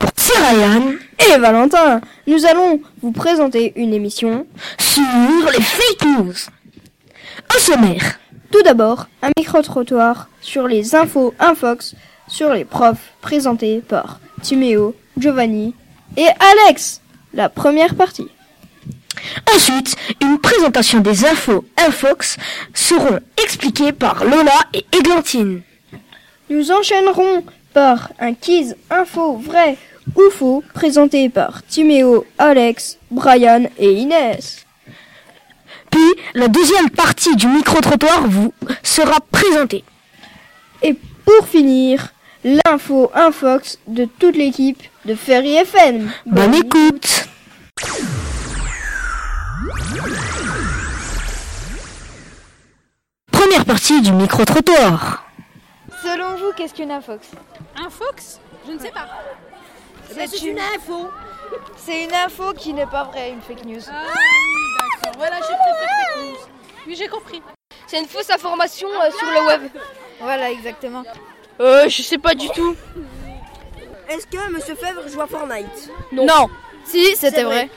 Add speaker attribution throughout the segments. Speaker 1: Monsieur Eh, Valentin, nous allons vous présenter une émission.
Speaker 2: sur les fake news. Au sommaire,
Speaker 1: Tout d'abord, un micro-trottoir sur les infos Infox sur les profs présenté par Timéo, Giovanni et Alex. La première partie.
Speaker 2: ensuite, une présentation des infos Infox seront expliquées par Lola et Églantine.
Speaker 1: Nous enchaînerons par un quiz info vrai ou faux présenté par Timéo, Alex, Brian et Inès.
Speaker 2: Puis, la deuxième partie du micro-trottoir vous sera présentée.
Speaker 1: Et pour finir, l'info Infox de toute l'équipe de Ferry FM.
Speaker 2: Bonne écoute Première partie du micro-trottoir.
Speaker 3: Selon vous, qu'est-ce qu'une infox
Speaker 4: Un fox Je ne sais pas.
Speaker 3: C'est une... info C'est une info qui n'est pas vraie, une fake news.
Speaker 4: Ah oui, d'accord. Voilà, j'ai préféré fake news. Oui, j'ai compris.
Speaker 5: C'est une fausse information euh, sur le web.
Speaker 3: Voilà, exactement.
Speaker 5: Euh, je sais pas du tout.
Speaker 6: Est-ce que Monsieur Fèvre joue à Fortnite
Speaker 5: Non. Si, c'était vrai.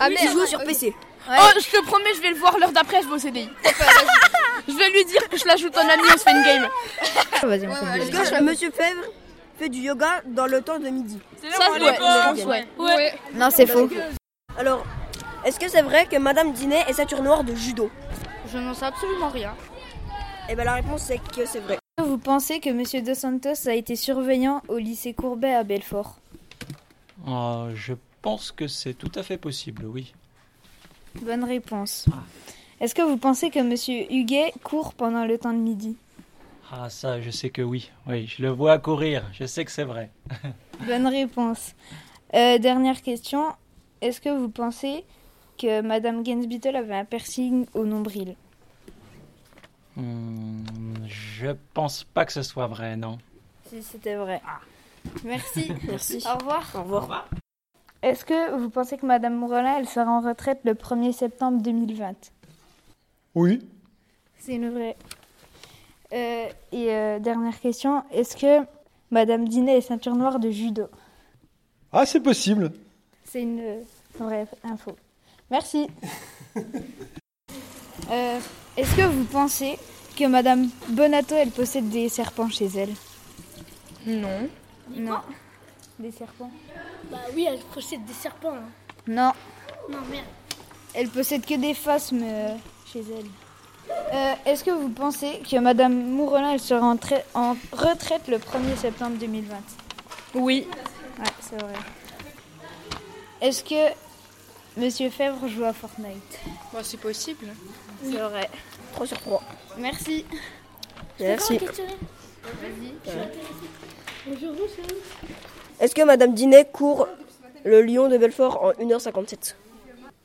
Speaker 3: Ah
Speaker 6: Il joue sur PC.
Speaker 5: Oh, je te promets, je vais le voir l'heure d'après, je vais au CDI. je vais lui dire que je l'ajoute en ami, on se fait une game.
Speaker 3: Vas-y, on continue.
Speaker 5: Ah,
Speaker 6: Est-ce que Monsieur Fèvre fait du yoga dans le temps de midi
Speaker 5: Ça,
Speaker 4: on
Speaker 5: c'est
Speaker 4: les
Speaker 5: ouais,
Speaker 4: pense,
Speaker 5: je pense, ouais.
Speaker 3: Non, c'est faux.
Speaker 6: Alors, est-ce que c'est vrai que Madame Dinet est ceinture noire de judo
Speaker 5: Je n'en sais absolument rien.
Speaker 6: Eh ben la réponse c'est que c'est vrai.
Speaker 3: Vous pensez que Monsieur Dos Santos a été surveillant au lycée Courbet à Belfort
Speaker 7: Euh, je pense que c'est tout à fait possible, oui.
Speaker 3: Bonne réponse. Est-ce que vous pensez que Monsieur Huguet court pendant le temps de midi
Speaker 7: Ah ça, je sais que oui. Oui, je le vois courir, je sais que c'est vrai.
Speaker 3: Bonne réponse. Euh, dernière question. Est-ce que vous pensez que Madame Gainsbittle avait un piercing au nombril
Speaker 7: Hmm, je pense pas que ce soit vrai, non.
Speaker 3: Si, c'était vrai. Merci.
Speaker 6: Ah. Merci.
Speaker 3: Au revoir.
Speaker 6: Au revoir.
Speaker 3: Est-ce que vous pensez que Madame Morelin, elle sera en retraite le 1er septembre 2020
Speaker 8: Oui.
Speaker 3: C'est une vraie. Euh, et euh, dernière question. Est-ce que Madame Dinet est ceinture noire de judo
Speaker 8: Ah, c'est possible.
Speaker 3: C'est une euh, vraie info. Merci. Euh, Est-ce que vous pensez que Madame Bonato, elle possède des serpents chez elle
Speaker 5: Non.
Speaker 3: Non. Des serpents
Speaker 9: Bah oui, elle possède des serpents. hein.
Speaker 3: Non.
Speaker 9: Non, merde.
Speaker 3: Elle possède que des phasmes euh, chez elle. Euh, Est-ce que vous pensez que Madame Mourolin, elle sera en, trai- en retraite le 1er septembre 2020
Speaker 5: Oui.
Speaker 3: Ouais, c'est vrai. Est-ce que Monsieur Fèvre joue à Fortnite
Speaker 5: Bah, c'est possible.
Speaker 3: C'est vrai.
Speaker 6: 3 sur 3.
Speaker 3: Merci.
Speaker 9: Merci.
Speaker 6: Est-ce que Madame Dinet court le lion de Belfort en 1h57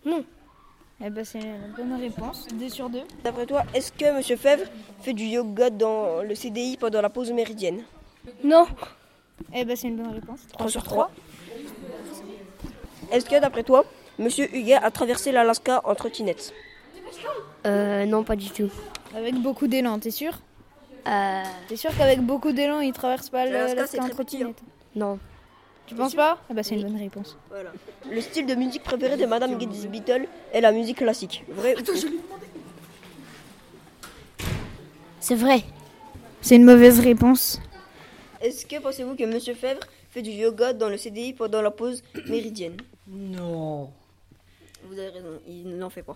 Speaker 3: Eh ben, c'est une bonne réponse. 2 sur 2.
Speaker 6: D'après toi, est-ce que Monsieur Fèvre fait du yoga dans le CDI pendant la pause méridienne
Speaker 9: Non.
Speaker 3: Eh ben, c'est une bonne réponse.
Speaker 6: 3 sur 3. Est-ce que d'après toi, Monsieur Huguet a traversé l'Alaska en trottinette
Speaker 10: Euh, non, pas du tout.
Speaker 3: Avec beaucoup d'élan, t'es sûr
Speaker 10: Euh,
Speaker 3: T'es sûr qu'avec beaucoup d'élan, il traverse pas le-
Speaker 6: L'Alaska,
Speaker 3: l'Alaska
Speaker 6: c'est
Speaker 3: en
Speaker 6: très petit, hein.
Speaker 3: trottinette
Speaker 10: non.
Speaker 3: Tu penses pas Eh ben, c'est une bonne réponse.
Speaker 6: Voilà. Le style de musique préféré de Madame Gainsbourg Beatle est la musique classique. Vrai ou faux
Speaker 10: C'est vrai.
Speaker 3: C'est une mauvaise réponse.
Speaker 6: Est-ce que pensez-vous que Monsieur Fèvre fait du yoga dans le CDI pendant la pause méridienne
Speaker 11: Non,
Speaker 6: Vous avez raison, il n'en fait pas.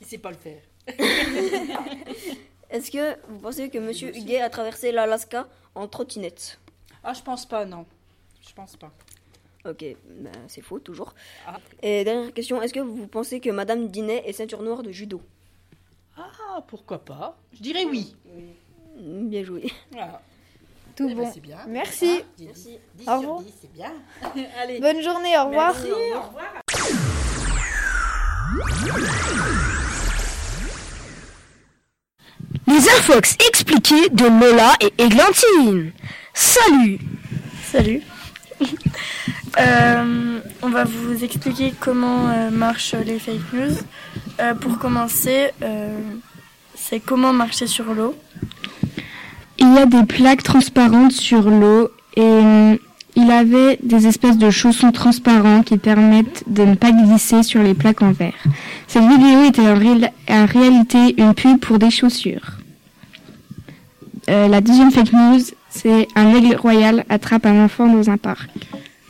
Speaker 11: il sait pas le faire.
Speaker 6: Est-ce que vous pensez que Monsieur Huguet a traversé l'Alaska en trottinette
Speaker 11: Ah, je pense pas, non. Je pense pas.
Speaker 6: Ok, bah, c'est faux toujours.
Speaker 11: Ah.
Speaker 6: Et dernière question, est-ce que vous pensez que Madame Dinet est ceinture noire de judo
Speaker 11: Ah, pourquoi pas Je dirais oui.
Speaker 6: Mm, Bien joué.
Speaker 11: Voilà.
Speaker 3: Tout
Speaker 11: Eh ben,
Speaker 3: bon.
Speaker 11: c'est bien.
Speaker 3: Merci.
Speaker 11: Ah, Merci. 10
Speaker 3: Au
Speaker 11: sur
Speaker 3: revoir.
Speaker 11: 10, c'est bien. Allez.
Speaker 3: Bonne journée, au revoir.
Speaker 2: Les infox expliquées de Lola et Églantine. Salut
Speaker 4: Salut. Euh, on va vous expliquer comment euh, marchent les fake news. Euh, pour commencer, euh, c'est comment marcher sur l'eau.
Speaker 2: Il y a des plaques transparentes sur l'eau et euh, Il avait des espèces de chaussons transparents qui permettent de ne pas glisser sur les plaques en verre. Cette vidéo était en, réel- en réalité une pub pour des chaussures. Euh, la deuxième fake news, c'est un aigle royal attrape un enfant dans un parc.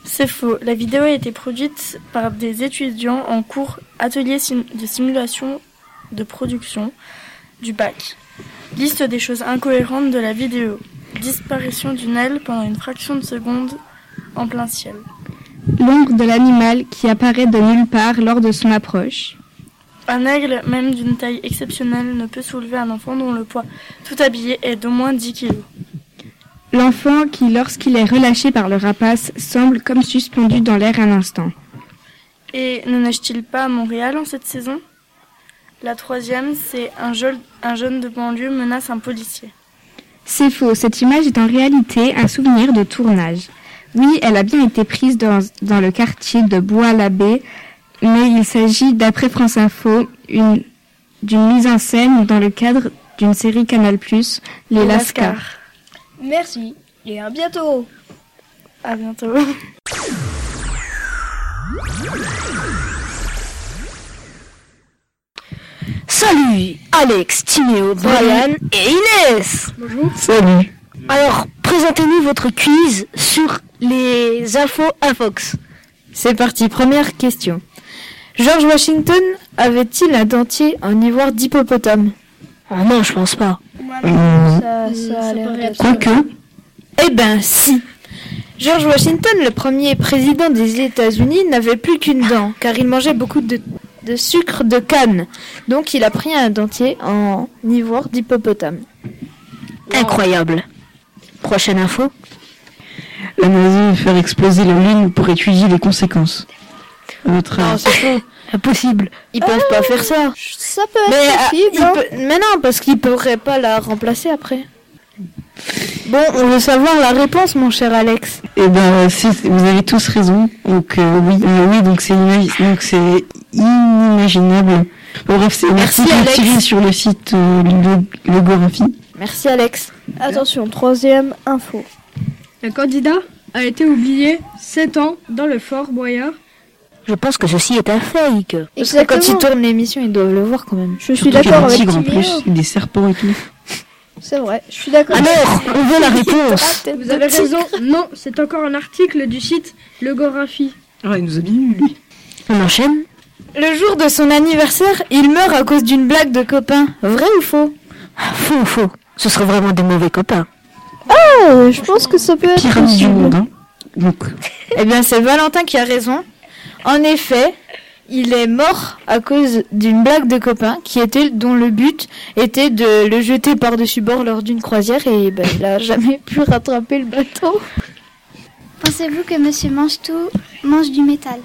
Speaker 4: C'est faux. La vidéo a été produite par des étudiants en cours atelier sim- de simulation de production du bac. Liste des choses incohérentes de la vidéo. Disparition d'une aile pendant une fraction de seconde en plein ciel.
Speaker 2: L'ombre de l'animal qui apparaît de nulle part lors de son approche.
Speaker 4: Un aigle, même d'une taille exceptionnelle, ne peut soulever un enfant dont le poids tout habillé est d'au moins 10 kilos.
Speaker 2: L'enfant qui, lorsqu'il est relâché par le rapace, semble comme suspendu dans l'air un instant.
Speaker 4: Et ne neige-t-il pas à Montréal en cette saison La troisième, c'est un, jeul- un jeune de banlieue menace un policier.
Speaker 2: C'est faux, cette image est en réalité un souvenir de tournage. Oui, elle a bien été prise dans, dans le quartier de Bois-l'Abbé, mais il s'agit, d'après France Info, une- d'une mise en scène dans le cadre d'une série Canal+, Les
Speaker 1: Les
Speaker 2: Lascars.
Speaker 1: Merci et à bientôt.
Speaker 4: À bientôt.
Speaker 12: Salut Alex, Timéo, Brian et Inès Bonjour
Speaker 2: Salut
Speaker 12: Alors, présentez-nous votre quiz sur les infos Infox.
Speaker 3: C'est parti, première question. George Washington avait-il un dentier en ivoire d'hippopotame
Speaker 12: Oh non, je pense pas.
Speaker 1: Ça, ça a l'air d'être-
Speaker 3: Eh ben si. George Washington, le premier président des États-Unis, n'avait plus qu'une dent, car il mangeait beaucoup de, de sucre de canne. Donc il a pris un dentier en ivoire d'hippopotame.
Speaker 12: Incroyable. Prochaine info.
Speaker 13: La NASA veut faire exploser la Lune pour étudier les conséquences. Votre
Speaker 3: Non, c'est faux.
Speaker 12: Impossible.
Speaker 3: Ils peuvent pas faire ça.
Speaker 1: Ça peut
Speaker 3: Mais,
Speaker 1: être
Speaker 3: ah,
Speaker 1: possible.
Speaker 3: il
Speaker 1: hein.
Speaker 3: peut- mais non, parce qu'il pourrait pas la remplacer après. Bon, on veut savoir la réponse, mon cher Alex.
Speaker 13: Eh ben, c'est- vous avez tous raison. Donc euh, oui, euh, oui, donc c'est imagi- donc c'est inimaginable. Bon, bref, c'est un
Speaker 3: Merci,
Speaker 13: article
Speaker 3: Alex.
Speaker 13: tiré sur le site euh, Log- Logographie.
Speaker 3: Merci Alex.
Speaker 1: Attention, troisième info.
Speaker 5: Le candidat a été oublié 7 ans dans le fort Boyard.
Speaker 12: Je pense que ceci est un fake.
Speaker 3: Parce que quand ils
Speaker 5: Exactement.
Speaker 3: tournent l'émission, ils doivent le voir quand même.
Speaker 1: Je
Speaker 13: Surtout qu'il y a des tigres en plus, des serpents et tout.
Speaker 1: C'est vrai, je suis
Speaker 13: Ah,
Speaker 1: d'accord.
Speaker 2: Ah
Speaker 12: Alors, on veut la réponse.
Speaker 5: Vous avez raison, non, c'est encore un article du site Logographie.
Speaker 13: Ah, il nous a bien eu, lui.
Speaker 12: On enchaîne
Speaker 3: Le jour de son anniversaire, il meurt à cause d'une blague de copain. Vrai ou faux
Speaker 12: Faux, faux. Ce serait vraiment des mauvais copains.
Speaker 1: Ah, je pense que ça peut être.
Speaker 3: Pyramides du
Speaker 1: possible.
Speaker 3: monde,
Speaker 13: hein.
Speaker 3: Eh bien, c'est Valentin qui a raison. En effet, il est mort à cause d'une blague de copain qui était dont le but était de le jeter par-dessus bord lors d'une croisière et ben, il a jamais pu rattraper le bateau.
Speaker 14: Pensez-vous que Monsieur Mange-Tout mange du métal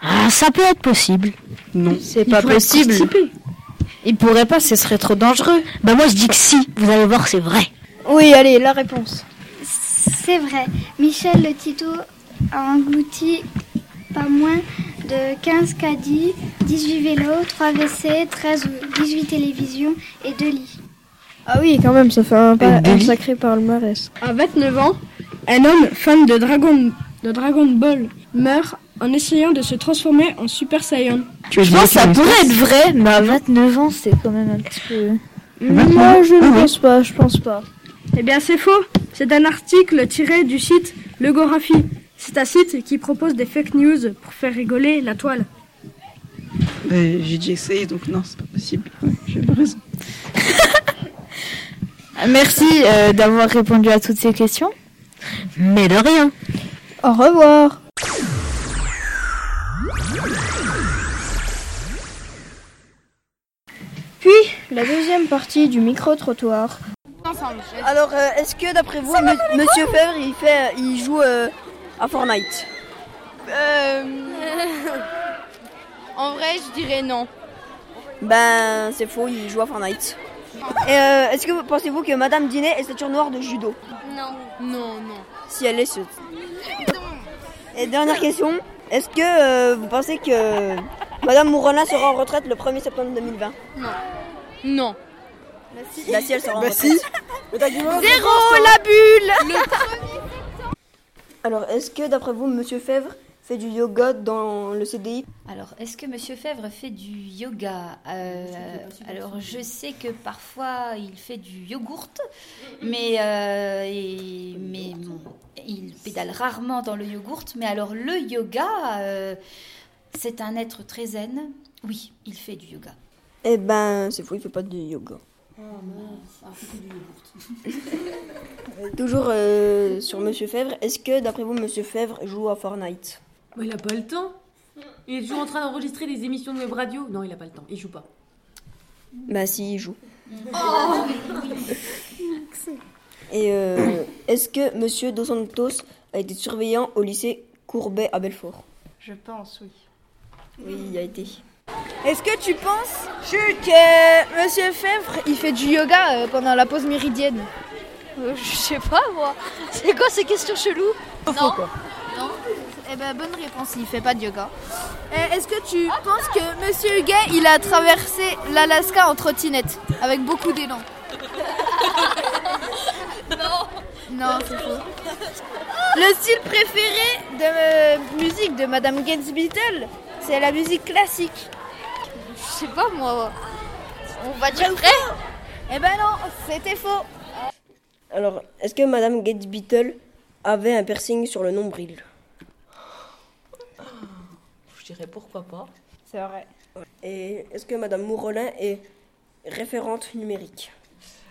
Speaker 12: Ah, ça peut être possible.
Speaker 13: Non,
Speaker 3: c'est pas possible. Il pourrait pas, ce serait trop dangereux.
Speaker 12: Bah moi je dis que si, vous allez voir c'est vrai.
Speaker 1: Oui, allez, la réponse.
Speaker 14: C'est vrai. Michel le Tito a englouti pas moins de 15 caddies, 18 vélos, 3 WC, 13 ou 18 télévisions et 2 lits.
Speaker 1: Ah oui, quand même, ça fait un, pa-
Speaker 5: Avec des
Speaker 1: un
Speaker 5: lits.
Speaker 1: sacré palmarès.
Speaker 5: À 29 ans, un homme fan de Dragon, de Dragon Ball meurt en essayant de se transformer en Super Saiyan.
Speaker 3: Je pense que ça pourrait être vrai, mais à 29 ans, c'est quand même un petit peu.
Speaker 1: Moi, je ne pense pas, je pense pas.
Speaker 5: Eh bien, c'est faux. C'est un article tiré du site Logographie. C'est un site qui propose des fake news pour faire rigoler la toile.
Speaker 13: Euh, J'ai déjà essayé, donc non, c'est pas possible. Ouais, J'avais raison.
Speaker 3: Merci euh, d'avoir répondu à toutes ces questions.
Speaker 12: Mais de rien.
Speaker 1: Au revoir. Puis, la deuxième partie du micro-trottoir.
Speaker 6: Alors, euh, est-ce que d'après vous, me- Monsieur Fèvre, il, fait, euh, il joue euh, à Fortnite
Speaker 5: Euh,
Speaker 15: En vrai, je dirais non.
Speaker 6: Ben, c'est faux, il joue à Fortnite. Et euh, est-ce que vous- pensez-vous que Madame Dinet est ceinture noire de judo
Speaker 15: Non. Non, non.
Speaker 6: Si elle est ce... Et dernière question, est-ce que euh, vous pensez que Madame Mourana sera en retraite le 1er septembre 2020
Speaker 15: Non. Non.
Speaker 6: Bah si, elle sera en
Speaker 15: Bah
Speaker 6: retraite.
Speaker 15: si. Zéro, la
Speaker 6: bulle
Speaker 15: Le
Speaker 6: Alors, est-ce que d'après vous, Monsieur Fèvre fait du yoga dans le CDI
Speaker 16: Alors, est-ce que Monsieur Fèvre fait du yoga Euh, Alors, je sais que parfois il fait du yogourt, mais, euh, et- mais bon, il pédale rarement dans le yogourt. Mais alors, le yoga, euh, c'est un être très zen. Oui, il fait du yoga.
Speaker 6: Eh ben, c'est fou, il fait pas du yoga. Toujours euh, sur Monsieur Fèvre, est-ce que d'après vous, Monsieur Fèvre joue à Fortnite
Speaker 17: Mais il a pas le temps. Il est toujours en train d'enregistrer des émissions de web radio. Non, il a pas le temps. Il joue pas.
Speaker 6: Bah si, il joue.
Speaker 17: Oh
Speaker 6: Et euh, est-ce que Monsieur Dos Santos a été surveillant au lycée Courbet à Belfort
Speaker 11: Je pense, oui.
Speaker 6: Oui, il a été.
Speaker 3: Est-ce que tu penses que Monsieur Fèvre, il fait du yoga euh, pendant la pause méridienne Euh, Je sais pas, moi. C'est quoi ces questions cheloues Non.
Speaker 18: Non Eh ben, bonne réponse, il fait pas de yoga.
Speaker 3: Euh, Est-ce que tu penses que Monsieur Huguet, il a traversé l'Alaska en trottinette avec beaucoup d'élan Non, c'est faux. Le style préféré de euh, musique de Madame Gaines Beatle, c'est la musique classique. Je sais pas moi. On va
Speaker 5: Bah,
Speaker 3: dire vrai Eh ben non, c'était faux.
Speaker 6: Alors, est-ce que Madame Gates Beatle avait un piercing sur le nombril
Speaker 17: Je dirais pourquoi pas.
Speaker 6: C'est vrai. Et est-ce que Madame Mourolin est référente numérique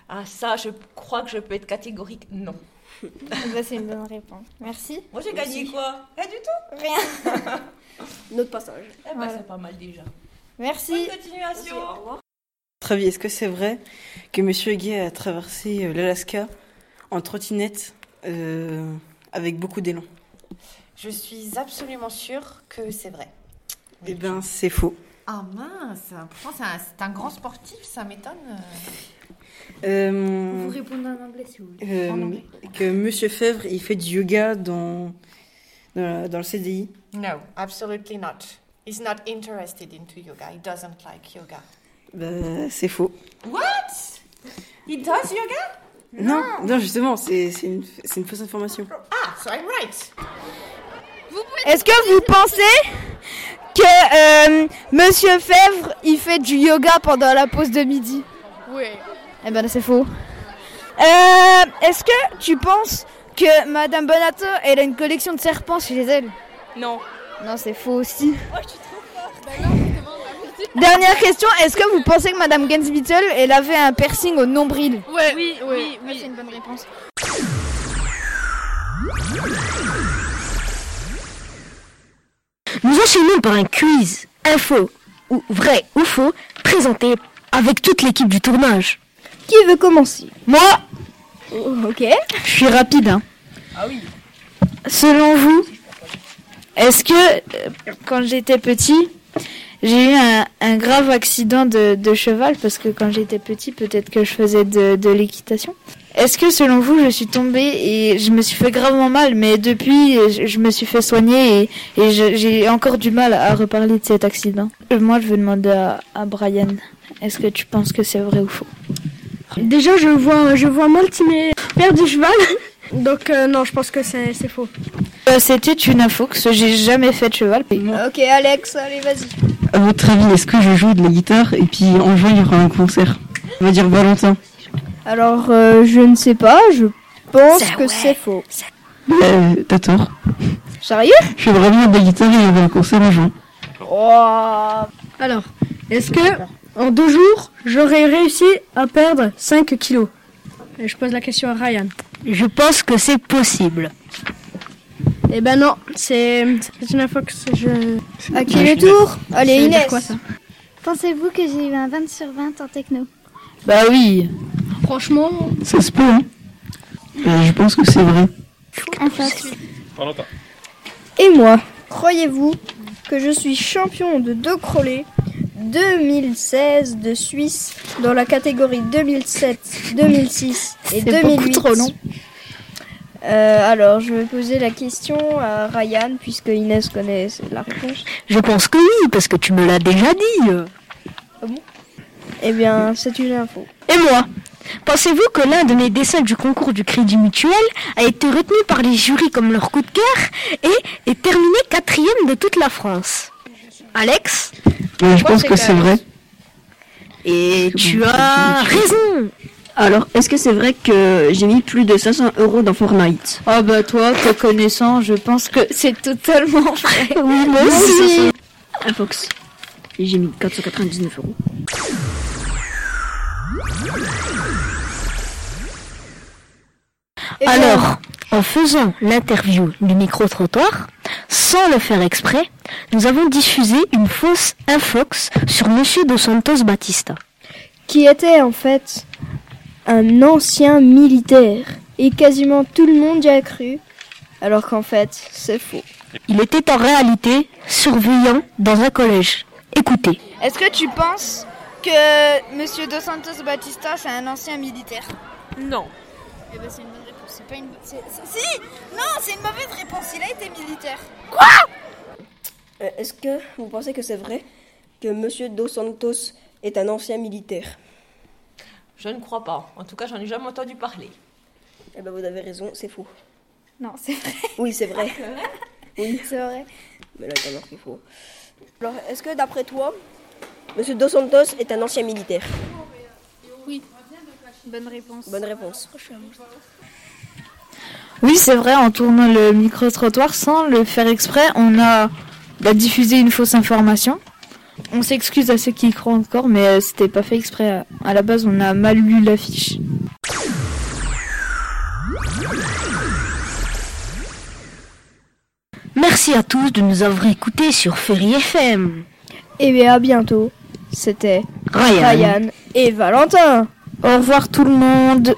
Speaker 19: Ah ça, je crois que je peux être catégorique. Non.
Speaker 3: c'est une bonne réponse. Merci.
Speaker 19: Moi j'ai gagné quoi Rien du tout
Speaker 3: Rien.
Speaker 6: Notre passage.
Speaker 20: Ah,
Speaker 19: Eh ben c'est pas mal déjà.
Speaker 3: Merci.
Speaker 19: Bonne continuation. au revoir.
Speaker 21: Votre avis, est-ce que c'est vrai que Monsieur Gay a traversé euh, l'Alaska en trottinette euh, avec beaucoup d'élan
Speaker 20: Je suis absolument sûre que c'est vrai.
Speaker 21: Eh bien, c'est faux.
Speaker 20: Ah mince, pourtant, c'est un, c'est un grand sportif, ça m'étonne.
Speaker 21: Euh,
Speaker 20: répondez en anglais si vous
Speaker 21: euh, que Monsieur Fèvre, il fait du yoga dans, dans, la- dans le CDI.
Speaker 20: No, absolutely not. He's not interested into yoga. He doesn't like yoga.
Speaker 21: Bah, c'est faux.
Speaker 20: What? He does yoga?
Speaker 21: Non, non, justement, c'est c'est une, c'est une fausse information.
Speaker 20: Ah, so I'm right.
Speaker 3: Est-ce que vous pensez que euh, Monsieur Fèvre, il fait du yoga pendant la pause de midi
Speaker 5: Oui.
Speaker 3: Eh ben c'est faux. Euh, Est-ce que tu penses que Madame Bonato, elle a une collection de serpents chez elle
Speaker 5: Non. Oh,
Speaker 3: Non, c'est faux aussi.
Speaker 5: Bah
Speaker 3: Dernière question, est-ce que vous pensez que Madame Gaines Beatle, elle avait un piercing au nombril
Speaker 5: Ouais, oui, oui,
Speaker 20: Ah,
Speaker 5: oui. C'est une bonne réponse.
Speaker 2: Nous enchaînons par un quiz info ou vrai ou faux présenté avec toute l'équipe du tournage.
Speaker 1: Qui veut commencer Oh,
Speaker 2: Moi,
Speaker 1: ok.
Speaker 22: Je suis rapide. hein.
Speaker 11: Ah oui.
Speaker 22: Selon vous, est-ce que euh, quand j'étais petit, j'ai eu un, un grave accident de, de cheval parce que quand j'étais petit, peut-être que je faisais de, de l'équitation. Est-ce que selon vous, je suis tombée et je me suis fait gravement mal, mais depuis, je, je me suis fait soigner et, et je- j'ai encore du mal à reparler de cet accident. Euh, Moi, je veux demander à, à Brian, est-ce que tu penses que c'est vrai ou faux
Speaker 23: Déjà, je vois, je vois mal Timé perdre du cheval. Donc, euh, non, je pense que c'est c'est faux.
Speaker 22: Euh, C'était une info que j'ai jamais fait de cheval.
Speaker 1: Ok, Alex, allez, vas-y.
Speaker 24: À votre avis, est-ce que je joue de la guitare et puis en juin il y aura un concert On va dire Valentin.
Speaker 1: Alors, euh, je ne sais pas, je pense que c'est faux.
Speaker 24: Euh, T'as tort.
Speaker 1: Sérieux
Speaker 24: Je suis vraiment de la guitare et il y aura un concert en juin.
Speaker 23: Oh. Alors, est-ce que en deux jours, j'aurais réussi à perdre 5 kilos Et Je pose la question à Ryan.
Speaker 2: Je pense que c'est possible.
Speaker 23: Eh ben non, c'est c'est une info que je.
Speaker 1: À qui le tour Allez,
Speaker 23: Ça veut dire
Speaker 1: Inès.
Speaker 23: quoi, ça
Speaker 10: Pensez-vous que j'ai eu un 20 sur 20 en techno
Speaker 24: Bah oui.
Speaker 23: Franchement.
Speaker 24: Ça se peut, hein Euh, Je pense que c'est vrai.
Speaker 10: Un fox.
Speaker 1: Et moi, croyez-vous que je suis champion de deux crolets 2016 de Suisse dans la catégorie 2007, 2006 et
Speaker 10: C'est beaucoup
Speaker 1: 2008
Speaker 10: trop long.
Speaker 1: Euh, alors, je vais poser la question à Ryan, puisque Inès connaît la réponse.
Speaker 2: Je pense que oui, parce que tu me l'as déjà dit.
Speaker 1: Eh bien, c'est une info.
Speaker 2: Et moi Pensez-vous que l'un de mes dessins du concours du Crédit Mutuel a été retenu par les jurys comme leur coup de cœur et est terminé quatrième de toute la France Alex
Speaker 5: Ouais, je pense que c'est vrai.
Speaker 2: Et tu as raison
Speaker 25: Alors, est-ce que c'est vrai que j'ai mis plus de 500 euros dans Fortnite
Speaker 26: Ah bah toi, te connaissant, je pense que c'est totalement vrai.
Speaker 25: Oui,
Speaker 26: moi
Speaker 25: aussi.
Speaker 2: Ah,
Speaker 25: Un Fox. Et j'ai mis 499 euros.
Speaker 2: Alors, en faisant l'interview du micro-trottoir, sans le faire exprès, nous avons diffusé une fausse infox sur Monsieur Dos Santos Batista.
Speaker 1: qui était en fait un ancien militaire. Et quasiment tout le monde y a cru, alors qu'en fait, c'est faux.
Speaker 2: Il était en réalité surveillant dans un collège. Écoutez.
Speaker 3: Est-ce que tu penses que Monsieur Dos Santos Batista, c'est un ancien militaire
Speaker 27: Non.
Speaker 3: Eh ben, c'est une bonne réponse. C'est pas une. c'est- c'est- Si Non, c'est une mauvaise réponse. Il a été militaire.
Speaker 6: Euh, Est-ce que vous pensez que c'est vrai que Monsieur Dos Santos est un ancien militaire
Speaker 28: Je ne crois pas. En tout cas, j'en ai jamais entendu parler.
Speaker 6: Eh ben vous avez raison, c'est faux.
Speaker 3: Non, c'est vrai.
Speaker 6: Oui, c'est vrai. Oui.
Speaker 3: C'est vrai.
Speaker 6: Mais là, t'as marqué faux. Alors, est-ce que d'après toi, Monsieur Dos Santos est un ancien militaire
Speaker 3: Oui. Bonne réponse.
Speaker 6: Bonne réponse.
Speaker 26: Oui, c'est vrai, en tournant le micro-trottoir sans le faire exprès, on a bah, diffusé une fausse information. On s'excuse à ceux qui y croient encore, mais euh, c'était pas fait exprès. À la base, on a mal lu l'affiche.
Speaker 2: Merci à tous de nous avoir écoutés sur Ferry FM.
Speaker 1: Et Eh bien à bientôt. C'était
Speaker 2: Ryan.
Speaker 1: Ryan et Valentin.
Speaker 26: Au revoir tout le monde.